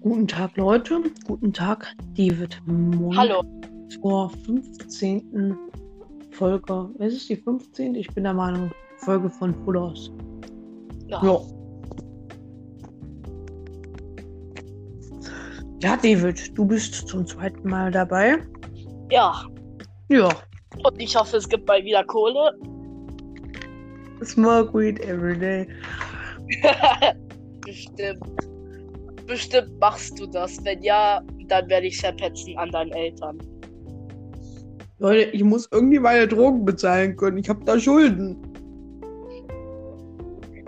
Guten Tag, Leute. Guten Tag, David. Moin Hallo. Zur 15. Folge. Es ist die 15. Ich bin der Meinung, Folge von Fullers. Ja. Ja. Ja, David, du bist zum zweiten Mal dabei. ja. Ja, Und ich hoffe, es gibt bald wieder Kohle. smoke weed every day. Bestimmt. Bestimmt machst du das. Wenn ja, dann werde ich verpetzen an deinen Eltern. Leute, ich muss irgendwie meine Drogen bezahlen können. Ich habe da Schulden.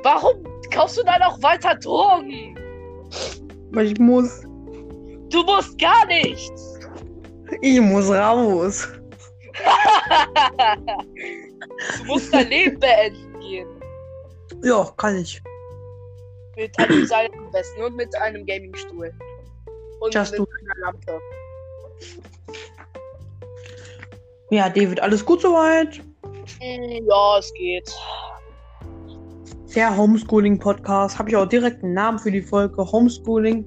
Warum kaufst du dann auch weiter Drogen? Weil ich muss, Du musst gar nichts. ich muss raus. Du musst dein Leben beenden gehen. Ja, kann ich. Mit einem Seil am besten und mit einem Gamingstuhl. Und Just mit einer Lampe. Ja, David, alles gut soweit? Hm, Ja, es geht. Der Homeschooling-Podcast. Habe ich auch direkt einen Namen für die Folge. Homeschooling.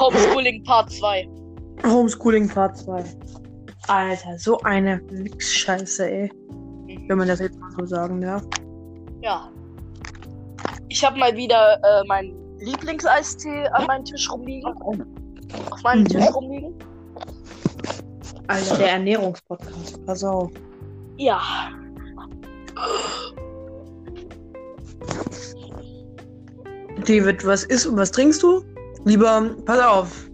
Homeschooling Part 2. Homeschooling Part 2. Alter, so eine Wichs-Scheiße, ey. Wenn man das jetzt mal so sagen darf. Ja. Ich habe mal wieder äh, meinen Lieblingseistee an meinem Tisch rumliegen. Auf meinem Mhm. Tisch rumliegen. Alter, der Ernährungspodcast. Pass auf. Ja. David, was isst und was trinkst du? Lieber, pass auf,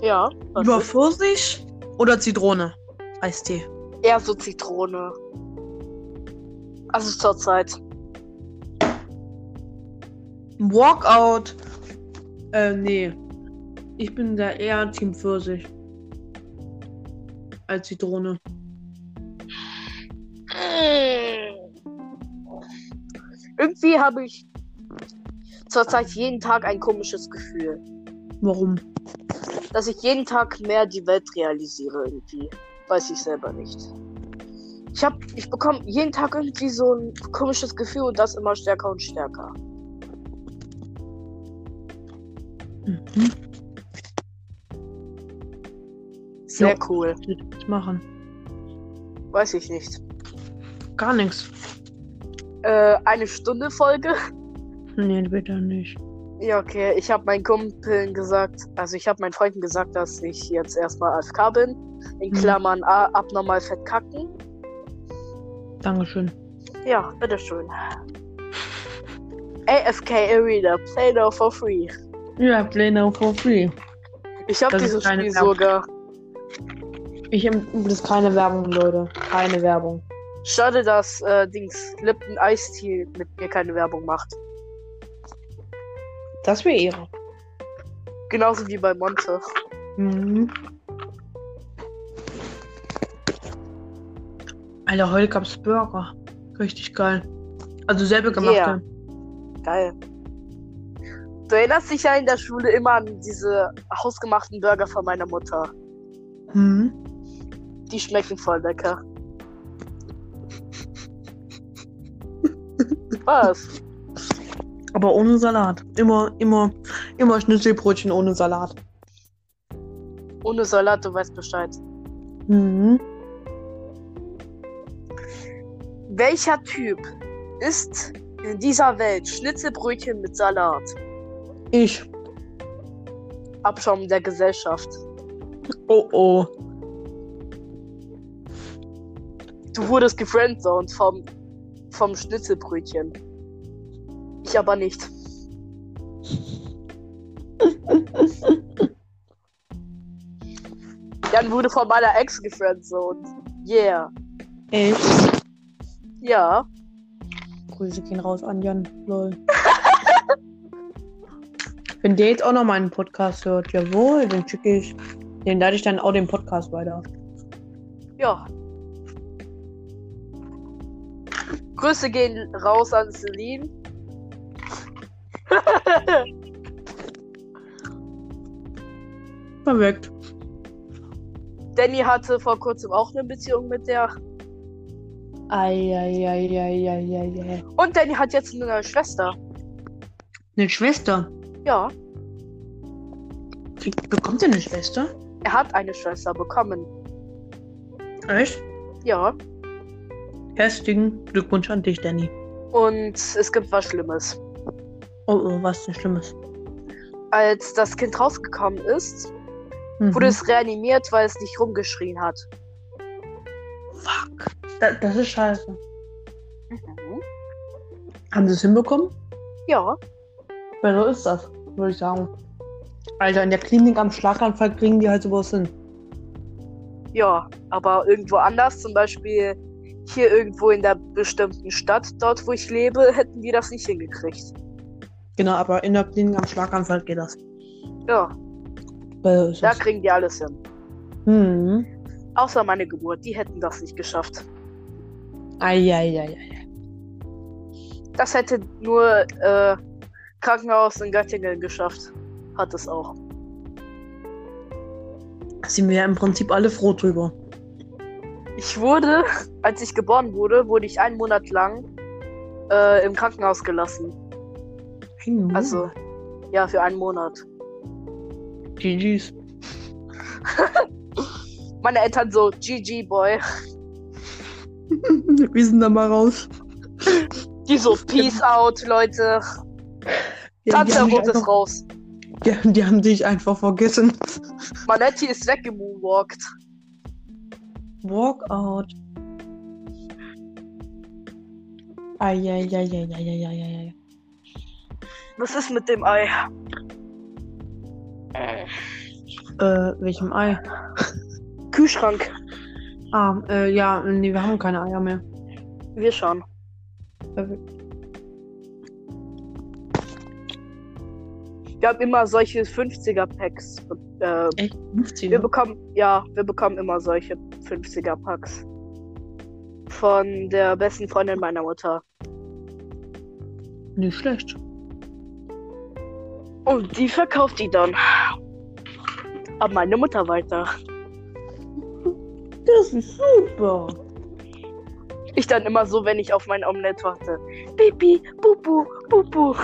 Ja. lieber Pfirsich oder Zitrone? Eistee. Eher so Zitrone. Also zurzeit. Walkout. Äh, nee. Ich bin da eher Team Pfirsich. Als Zitrone. Mm. Irgendwie habe ich zurzeit jeden Tag ein komisches Gefühl, Warum? dass ich jeden Tag mehr die Welt realisiere irgendwie. Weiß ich selber nicht. Ich habe, ich bekomme jeden Tag irgendwie so ein komisches Gefühl und das immer stärker und stärker. Mhm. Jo, Sehr cool. was soll ich machen. Weiß ich nicht. Gar nichts. Äh, eine Stunde Folge. Nee, bitte nicht. Ja, okay. Ich habe meinen Kumpeln gesagt, also ich habe meinen Freunden gesagt, dass ich jetzt erstmal AFK bin. In Mhm. Klammern A, abnormal verkacken. Dankeschön. Ja, bitteschön. AFK Arena, play now for free. Ja, Play Now for Free. Ich habe Das ist dieses keine Spiel Werbung. sogar. Ich empfinde das ist keine Werbung, Leute. Keine Werbung. Schade, dass äh, Dings Lipton Ice Tea mit mir keine Werbung macht. Das wäre Ehre. Genauso wie bei Monte. Mhm. Alter, heute gab's Burger. Richtig geil. Also selber gemacht. Yeah. Geil. Du erinnerst dich ja in der Schule immer an diese hausgemachten Burger von meiner Mutter. Mhm. Die schmecken voll lecker. Was? Aber ohne Salat. Immer, immer, immer Schnitzelbrötchen ohne Salat. Ohne Salat, du weißt Bescheid. Mhm. Welcher Typ isst in dieser Welt Schnitzelbrötchen mit Salat? Ich. Abschaum der Gesellschaft. Oh oh. Du wurdest gefriendzoned vom, vom Schnitzelbrötchen. Ich aber nicht. Jan wurde von meiner Ex gefriendzoned. Yeah. Ey. Ja. Grüße gehen raus an Jan. Lol. Wenn der jetzt auch noch meinen Podcast hört, jawohl, den schicke ich. Den leite ich dann auch den Podcast weiter. Ja. Grüße gehen raus an Celine. Perfekt. Danny hatte vor kurzem auch eine Beziehung mit der. Eieieiei. Und Danny hat jetzt eine neue Schwester. Eine Schwester. Ja. Kriegt, bekommt er eine Schwester? Er hat eine Schwester bekommen. Echt? Ja. Herzlichen Glückwunsch an dich, Danny. Und es gibt was Schlimmes. Oh, oh was denn Schlimmes? Als das Kind rausgekommen ist, Mhm. wurde es reanimiert, weil es nicht rumgeschrien hat. Fuck. Da, das ist scheiße. Haben sie es hinbekommen? Ja. Weil so ist das, würde ich sagen. Alter, in der Klinik am Schlaganfall kriegen die halt sowas hin. Ja, aber irgendwo anders, zum Beispiel hier irgendwo in der bestimmten Stadt, dort wo ich lebe, hätten die das nicht hingekriegt. Genau, aber in der Klinik am Schlaganfall geht das. Ja, Weil so ist da das. kriegen die alles hin. Hm. Außer meine Geburt, die hätten das nicht geschafft. Eieiei. Das hätte nur äh, Krankenhaus in Göttingen geschafft. Hat es auch. Sind wir ja im Prinzip alle froh drüber. Ich wurde, als ich geboren wurde, wurde ich einen Monat lang äh, im Krankenhaus gelassen. Hm. Also, ja, für einen Monat. GG's. Meine Eltern so, GG Boy. wir sind da mal raus. Die so, Peace out, Leute. Ja, die, Tanz der haben dich Rot ist einfach, raus. die, die haben dich einfach vergessen. Manetti ist weggemoonwalkt. Walkout. Eieieiei. Was ist mit dem Ei? Äh, welchem Ei? Kühlschrank. Ah, äh, ja, nee, wir haben keine Eier mehr. Wir schauen. Wir haben immer solche 50er-Packs. Äh, Echt? wir 50? bekommen, ja, wir bekommen immer solche 50er-Packs. Von der besten Freundin meiner Mutter. Nicht schlecht. Und die verkauft die dann. An meine Mutter weiter. Das ist super. Ich dann immer so, wenn ich auf mein Omelett warte. Pipi, Pupu, Pupu.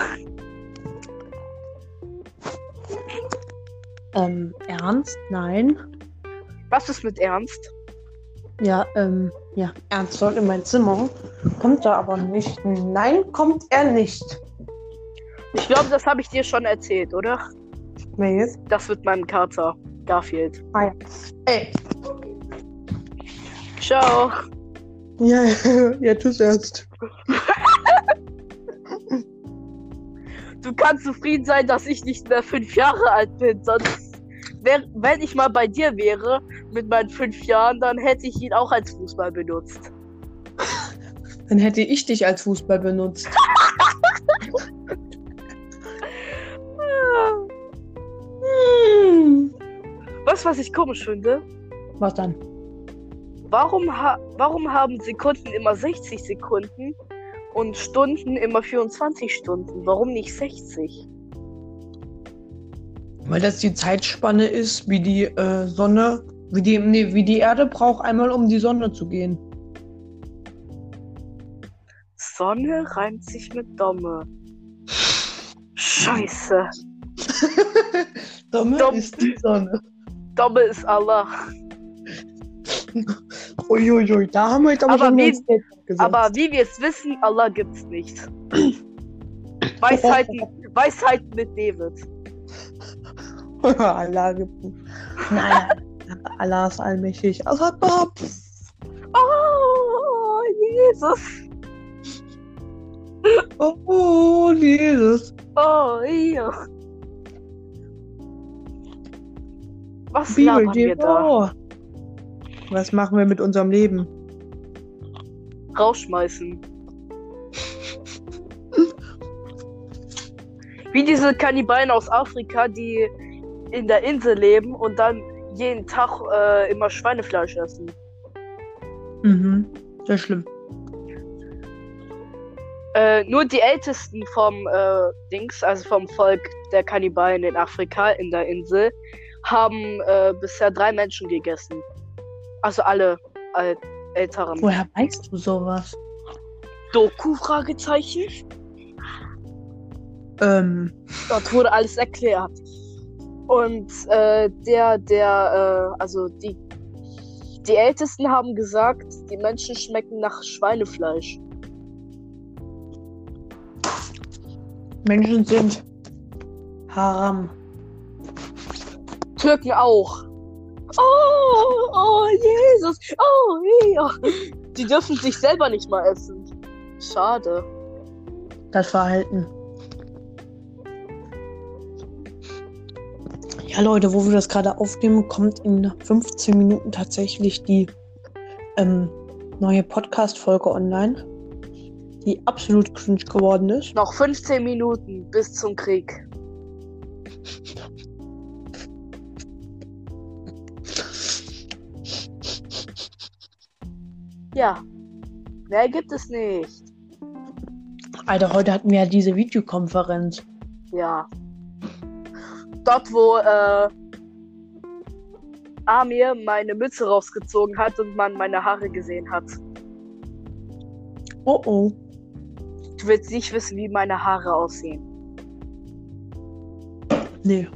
Ähm, ernst? Nein. Was ist mit Ernst? Ja, ähm, ja. Ernst soll in mein Zimmer. Kommt er aber nicht. Nein, kommt er nicht. Ich glaube, das habe ich dir schon erzählt, oder? Wer jetzt? Das wird mein Kater. Garfield. Ey. Ciao. Ja, ja, tschüss ernst. Du kannst zufrieden sein, dass ich nicht mehr fünf Jahre alt bin, sonst. Wär, wenn ich mal bei dir wäre, mit meinen fünf Jahren, dann hätte ich ihn auch als Fußball benutzt. Dann hätte ich dich als Fußball benutzt. Hm. Was, was ich komisch finde, Was dann? warum, ha warum haben Sekunden immer 60 Sekunden und Stunden immer 24 Stunden? Warum nicht 60? Weil das die Zeitspanne ist, wie die äh, Sonne, wie die, nee, wie die Erde braucht, einmal um die Sonne zu gehen. Sonne reimt sich mit Domme. Scheiße. Sonne Dumm. ist die Sonne. Domme ist Allah. Uiuiui, da haben wir jetzt aber, Aber schon wie- ein Statement gesetzt. Aber wie wir es wissen, Allah gibt's nicht. Weisheiten, Weisheiten mit David. Allah gibt es. Nein, Allah ist allmächtig. Also hat man Oh, Jesus. Oh, oh, Jesus. Oh, ja. Was Bibel, labern wir da? TV. Was machen wir mit unserem Leben? Rausschmeißen. Wie diese Kannibalen aus Afrika, die in der Insel leben und dann jeden Tag äh, immer Schweinefleisch essen. Mhm, sehr schlimm. Äh, nur die Ältesten vom äh, Dings, also vom Volk der Kannibalen in Afrika, in der Insel, haben äh, bisher drei Menschen gegessen. Also alle äh, Älteren. Woher weißt du sowas? Doku? Fragezeichen. Ähm, Dort wurde alles erklärt. Und äh, der, der, äh, also die, die Ältesten haben gesagt, die Menschen schmecken nach Schweinefleisch. Menschen sind Haram. Türken auch. Oh, oh, Jesus. Oh, ja. Die dürfen sich selber nicht mal essen. Schade. Das Verhalten. Ja, Leute, wo wir das gerade aufnehmen, kommt in 15 Minuten tatsächlich die ähm, neue Podcast-Folge online, die absolut cringe geworden ist. Noch 15 Minuten bis zum Krieg. Ja. Mehr gibt es nicht. Alter, heute hatten wir ja diese Videokonferenz. Ja. Dort, wo äh, Amir meine Mütze rausgezogen hat und man meine Haare gesehen hat. Oh oh. Du willst nicht wissen, wie meine Haare aussehen. Nee,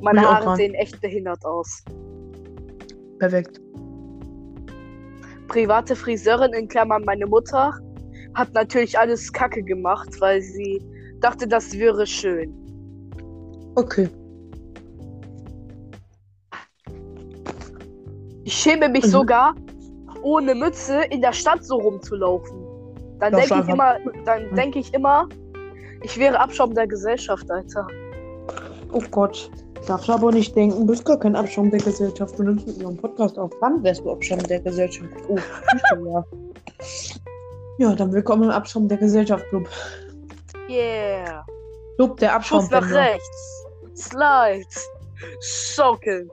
Meine Ich auch Haare dran. sehen echt behindert aus. perfekt. Private Friseurin in Klammern meine Mutter hat natürlich alles kacke gemacht, weil sie dachte, das wäre schön. Okay. Ich schäme mich Mhm. sogar, ohne Mütze in der Stadt so rumzulaufen. Dann Das denke war ich immer, einfach- dann Mhm. denke ich immer, ich wäre Abschaum der Gesellschaft, Alter. Oh Gott. Darfst du aber nicht denken, bist gar kein Abschaum der Gesellschaft. Du nimmst mit unserem Podcast auf. Wann wärst du Abschaum der Gesellschaft? Oh, nicht so, ja. ja, dann willkommen im Abschaum der Gesellschaft Club. Yeah. Club der Schuss nach Abschaumfänger. rechts. Slides. Schaukeln.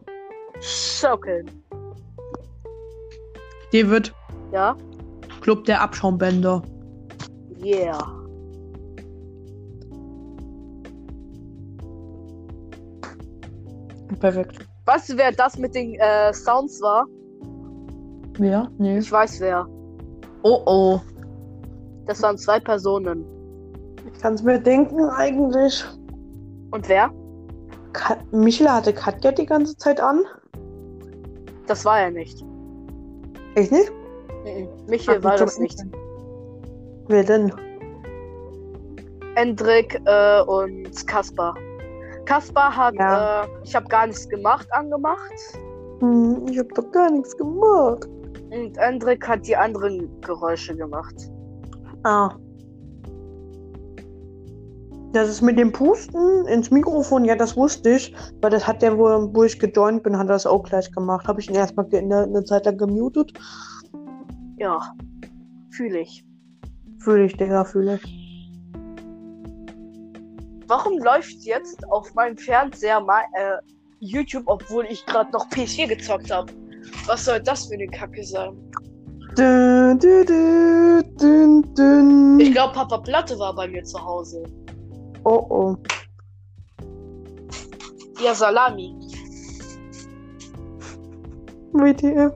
Schaukeln. Dir wird Ja? Club der Abschaumbänder. Yeah. Perfekt. Weißt du, wer das mit den äh, Sounds war? Ja, nee. Ich weiß wer. Oh oh. Das waren zwei Personen. Ich kann es mir denken eigentlich. Und wer? Kat Michela hatte Katja die ganze Zeit an. Das war er nicht. Echt nicht? Mhm. Michael war das nicht. Wer denn? Endrik äh, und Kaspar. Kaspar hat, Ja. äh, ich habe gar nichts gemacht, angemacht. Hm, ich hab doch gar nichts gemacht. Und Endrik hat die anderen Geräusche gemacht. Ah. Das ist mit dem Pusten ins Mikrofon, ja, das wusste ich, weil das hat der, wo, wo ich gejoint bin, hat das auch gleich gemacht. Habe ich ihn erstmal ge- eine, eine Zeit lang gemutet. Ja, fühle ich. Fühle ich, Digga, fühle ich. Warum läuft jetzt auf meinem Fernseher mal äh, YouTube, obwohl ich gerade noch PS4 gezockt habe? Was soll das für eine Kacke sein? Dün, dün, dün, dün, dün. Ich glaube, Papa Platte war bei mir zu Hause. oh oh. Ja, Salami. WTF.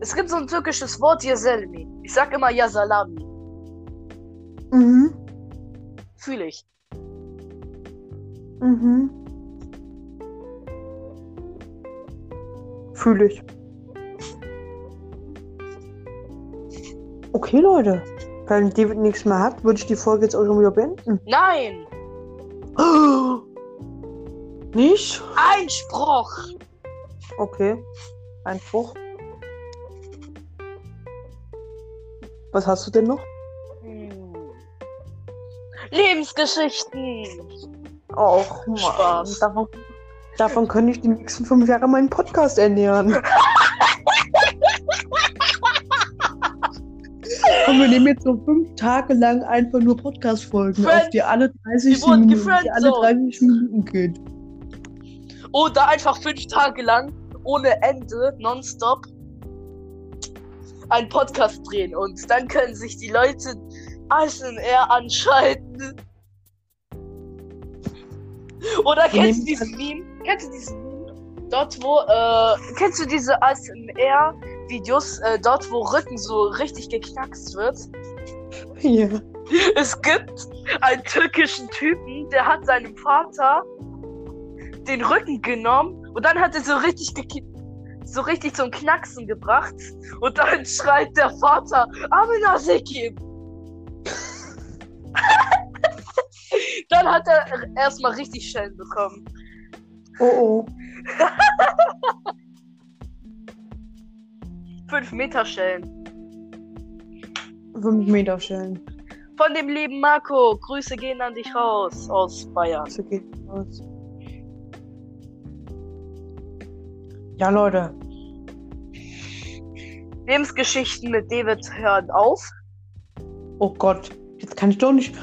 Es gibt so ein türkisches Wort, Yeselmi. Ich sag immer Yasalami. Mhm. Fühle ich. Mhm. Fühle ich. Okay, Leute. Wenn David nichts mehr hat, würde ich die Folge jetzt auch schon wieder beenden. Hm. Nein! Nicht? Einspruch! Okay. Einspruch. Was hast du denn noch? Hm. Lebensgeschichten! Och, Mann. Spaß. Davon, davon könnte ich die nächsten fünf Jahre meinen Podcast ernähren. Und wir nehmen jetzt so fünf Tage lang einfach nur Podcast-Folgen, Friend- auf die alle 30 Die wurden Minuten, die alle gefriendzoned. 30 Minuten geht. Oder einfach fünf Tage lang, ohne Ende, nonstop, einen Podcast drehen. Und dann können sich die Leute ASMR anschalten. Oder Wir kennst nehmen- du diesen Meme? Kennst du diesen Meme? Dort, wo, äh, kennst du diese ASMR-Videos, äh, dort, wo Rücken so richtig geknackst wird? Ja. Es gibt einen türkischen Typen, der hat seinem Vater den Rücken genommen und dann hat er so richtig geki- so richtig zum Knacksen gebracht und dann schreit der Vater Amina Sekim. dann hat er erstmal richtig Schellen bekommen. Oh oh. Fünf Meter Schellen. 5 Meter Schellen. Von dem lieben Marco, Grüße gehen an dich raus aus Bayern. So geht aus. Ja, Leute. Lebensgeschichten mit David hören auf. Oh Gott. Jetzt kann ich doch nicht.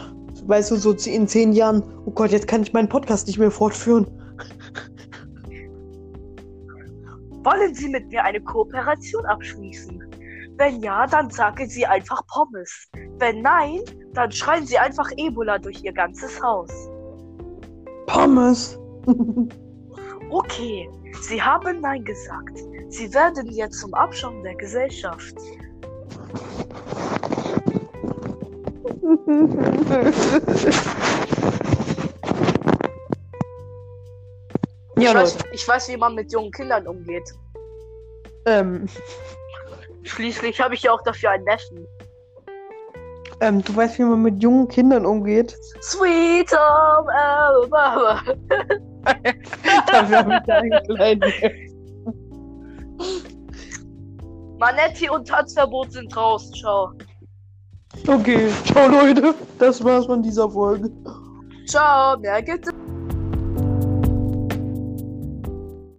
Weißt du, so in zehn Jahren. Oh Gott, jetzt kann ich meinen Podcast nicht mehr fortführen. Wollen Sie mit mir eine Kooperation abschließen? Wenn ja, dann sagen Sie einfach Pommes. Wenn nein, dann schreien Sie einfach Ebola durch Ihr ganzes Haus. Pommes. Okay, Sie haben Nein gesagt. Sie werden jetzt zum Abschaum der Gesellschaft. ja, ich, weiß, Leute. ich weiß, wie man mit jungen Kindern umgeht. Ähm, Schließlich habe ich ja auch dafür einen Neffen. ähm, du weißt, wie man mit jungen Kindern umgeht. Sweet Home Alabama. Dafür habe ich da einen kleinen. Manetti und Tanzverbot sind raus. Ciao. Okay, ciao Leute. Das war's von dieser Folge. Ciao, mehr gibt's